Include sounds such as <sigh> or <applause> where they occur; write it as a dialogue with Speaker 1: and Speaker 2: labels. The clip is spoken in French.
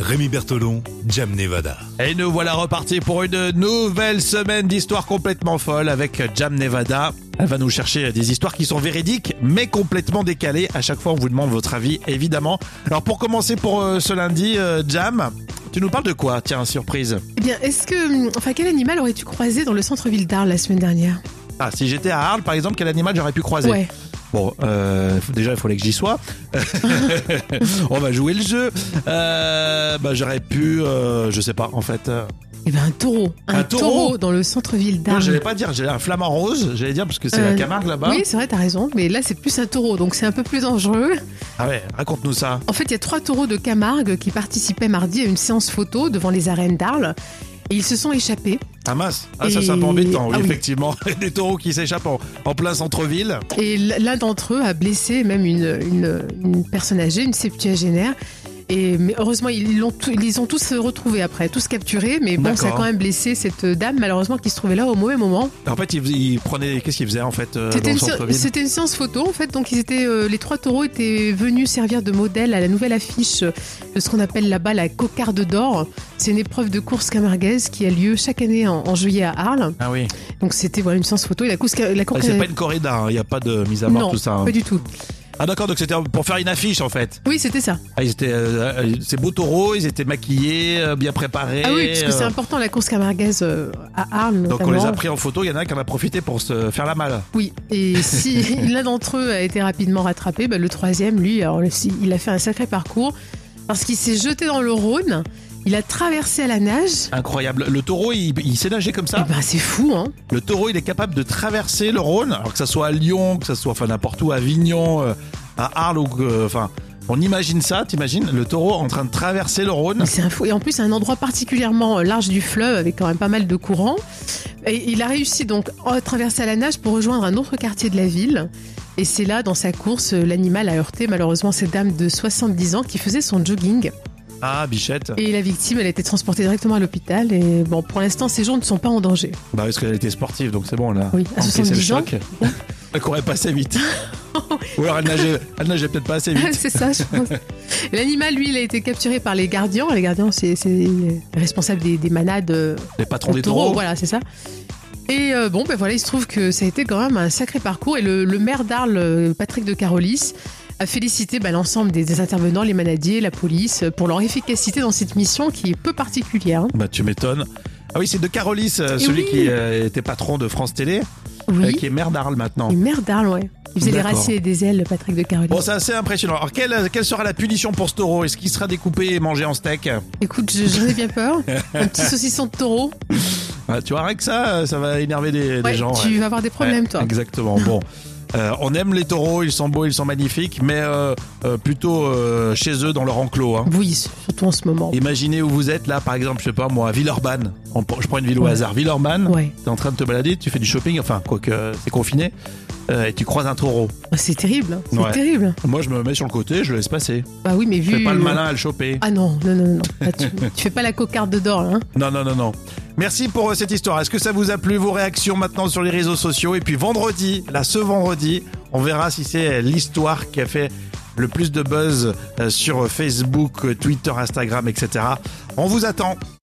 Speaker 1: Rémi Bertolon, Jam Nevada.
Speaker 2: Et nous voilà repartis pour une nouvelle semaine d'histoires complètement folles avec Jam Nevada. Elle va nous chercher des histoires qui sont véridiques mais complètement décalées. À chaque fois, on vous demande votre avis, évidemment. Alors pour commencer pour euh, ce lundi, euh, Jam, tu nous parles de quoi Tiens, surprise.
Speaker 3: Eh bien, est-ce que. Enfin, quel animal aurais-tu croisé dans le centre-ville d'Arles la semaine dernière
Speaker 2: Ah, si j'étais à Arles, par exemple, quel animal j'aurais pu croiser
Speaker 3: Ouais.
Speaker 2: Bon, euh, faut- déjà, il fallait que j'y
Speaker 3: <laughs>
Speaker 2: sois. on va jouer le jeu. Euh, bah, j'aurais pu, euh, je sais pas, en fait. euh,
Speaker 3: Eh bien, un taureau.
Speaker 2: Un taureau
Speaker 3: dans le centre-ville
Speaker 2: Non, j'allais
Speaker 3: d'Arles.
Speaker 2: pas dire, j'allais un flamant rose, j'allais dire parce que c'est
Speaker 3: Euh,
Speaker 2: la Camargue là-bas.
Speaker 3: Oui, c'est vrai, t'as raison. Mais là, c'est plus un taureau, donc c'est un peu plus dangereux.
Speaker 2: Ah ouais, raconte-nous ça.
Speaker 3: En fait, il y a trois taureaux de Camargue qui participaient mardi à une séance photo devant les arènes d'Arles. Et ils se sont échappés.
Speaker 2: Ah mince, ah, ça c'est un peu
Speaker 3: Et-
Speaker 2: embêtant, oui,
Speaker 3: Ah oui.
Speaker 2: effectivement. <laughs> Des taureaux qui s'échappent en, en plein centre-ville.
Speaker 3: Et l- l'un d'entre eux a blessé même une, une- une personne âgée, une septuagénaire. Et, mais heureusement, ils l'ont tous- ils les ont tous retrouvés après, tous capturés. Mais bon, ça a
Speaker 2: D'accord.
Speaker 3: quand même blessé cette dame, malheureusement, qui se trouvait là au mauvais moment.
Speaker 2: En fait, ils, ils prenaient, qu'est-ce qu'ils faisaient en fait euh, dans
Speaker 3: C'était
Speaker 2: le
Speaker 3: une, sé-
Speaker 2: centre-ville
Speaker 3: c'était une séance photo en fait, donc ils étaient, euh, les trois taureaux étaient venus servir de modèle à la nouvelle affiche euh, de ce qu'on appelle là-bas la cocarde d'or. C'est une épreuve de course camarguaise qui a lieu chaque année en, en juillet à Arles.
Speaker 2: Ah oui,
Speaker 3: Donc c'était voilà une séance photo. Et la course, ca- la
Speaker 2: Ah,
Speaker 3: course
Speaker 2: c'est pas une corrida, il n'y a pas de mise à mort
Speaker 3: non,
Speaker 2: tout ça. hein.
Speaker 3: pas du tout.
Speaker 2: Ah d'accord, donc c'était pour faire une affiche en fait.
Speaker 3: Oui, c'était ça.
Speaker 2: Ah, ils étaient, euh, euh, ces beaux taureaux, ils étaient maquillés, euh, bien préparés.
Speaker 3: ah oui, parce que c'est
Speaker 2: euh,
Speaker 3: important la course camarguaise euh, à Arles.
Speaker 2: Donc on
Speaker 3: notamment.
Speaker 2: les a pris en photo, il y en a un qui en a profité pour se faire la malle.
Speaker 3: Oui, et si
Speaker 2: <laughs>
Speaker 3: l'un d'entre eux a été rapidement rattrapé, bah, le troisième, lui, alors, le- si- il a fait un sacré parcours parce qu'il s'est jeté dans le Rhône. Il a traversé à la nage.
Speaker 2: Incroyable. Le taureau, il, il sait nager comme ça
Speaker 3: Eh ben, c'est fou, hein
Speaker 2: Le taureau, il est capable de traverser le Rhône, alors que ça soit à Lyon, que ça soit enfin n'importe où, à Avignon, euh, à Arles, ou que- euh, enfin, on imagine ça, t'imagines Le taureau en train de traverser le Rhône.
Speaker 3: Mais C'est un fou. Et en plus, c'est un endroit particulièrement euh, large du fleuve, avec quand même pas mal de courants. Et il a réussi donc à traverser à la nage pour rejoindre un autre quartier de la ville. Et c'est là, dans sa course, euh, l'animal a heurté malheureusement cette dame de 70 ans qui faisait son jogging.
Speaker 2: Ah, bichette.
Speaker 3: Et la victime, elle a été transportée directement à l'hôpital. Et bon, pour l'instant, ces gens ne sont pas en danger.
Speaker 2: Bah, parce qu'elle était sportive, donc c'est bon, là.
Speaker 3: Oui, à 70 ans.
Speaker 2: <laughs> Elle courait pas assez
Speaker 3: <laughs>
Speaker 2: vite. ou alors elle nageait, elle nageait peut-être pas assez vite.
Speaker 3: c'est ça, je pense. L'animal, lui, il a été capturé par les gardiens. Les gardiens, c'est c'est les responsables des, des manades euh,
Speaker 2: Les patrons
Speaker 3: Au
Speaker 2: des
Speaker 3: taureau,
Speaker 2: taureaux.
Speaker 3: voilà, c'est ça. Et euh, bon, ben voilà, il se trouve que ça a été quand même un sacré parcours. Et le, le maire d'Arles, euh, Patrick de Carolis, a félicité bah, l'ensemble des, des intervenants, les manadiers, la police, euh, pour leur efficacité dans cette mission qui est peu particulière. hein.
Speaker 2: Bah, tu m'étonnes. Ah oui, c'est de Carolis, euh,
Speaker 3: Eh
Speaker 2: celui
Speaker 3: oui.
Speaker 2: qui euh, était patron de France Télé, euh,
Speaker 3: Oui,
Speaker 2: qui est maire d'Arles maintenant.
Speaker 3: le maire d'Arles, ouais. Il faisait les
Speaker 2: D'accord.
Speaker 3: racines et des ailes, Patrick de Carolis.
Speaker 2: Bon, c'est assez impressionnant. Alors, quelle, quelle sera la punition pour ce taureau Est-ce qu'il sera découpé et mangé en steak
Speaker 3: Écoute, je- j'en ai bien
Speaker 2: <laughs>
Speaker 3: peur. un petit saucisson de taureau.
Speaker 2: Ah, tu vois, rien que ça, euh, ça va énerver des, des
Speaker 3: Ouais,
Speaker 2: gens.
Speaker 3: tu
Speaker 2: ouais.
Speaker 3: vas avoir des problèmes,
Speaker 2: Ouais,
Speaker 3: toi.
Speaker 2: Exactement. Bon. Euh, on aime les taureaux, ils sont beaux, ils sont magnifiques, mais euh, euh, plutôt euh, chez eux dans leur enclos. hein.
Speaker 3: Oui, surtout en ce moment.
Speaker 2: Imaginez où vous êtes là, par exemple, je sais pas moi, à Villeurbanne. On pr- je prends une ville au
Speaker 3: Ouais.
Speaker 2: hasard. Villeurbanne,
Speaker 3: Ouais,
Speaker 2: t'es en train de te balader, tu fais du shopping, enfin, quoique euh, c'est confiné, euh, et tu croises un taureau.
Speaker 3: c'est terrible. hein. C'est
Speaker 2: Ouais.
Speaker 3: terrible.
Speaker 2: Moi, je me mets sur le côté, je le laisse passer.
Speaker 3: Bah oui, mais
Speaker 2: Je
Speaker 3: vu.
Speaker 2: fais pas le malin à le choper.
Speaker 3: Ah non, non, non, non. Là, tu, tu fais pas la cocarde d'or, là. hein.
Speaker 2: Non, non, non, non. Merci pour euh, cette histoire. Est-ce que ça vous a plu Vos réactions maintenant sur les réseaux sociaux. Et puis vendredi, là, ce vendredi, on verra si c'est euh, l'histoire qui a fait le plus de buzz euh, sur Facebook, euh, Twitter, Instagram, etc. On vous attend.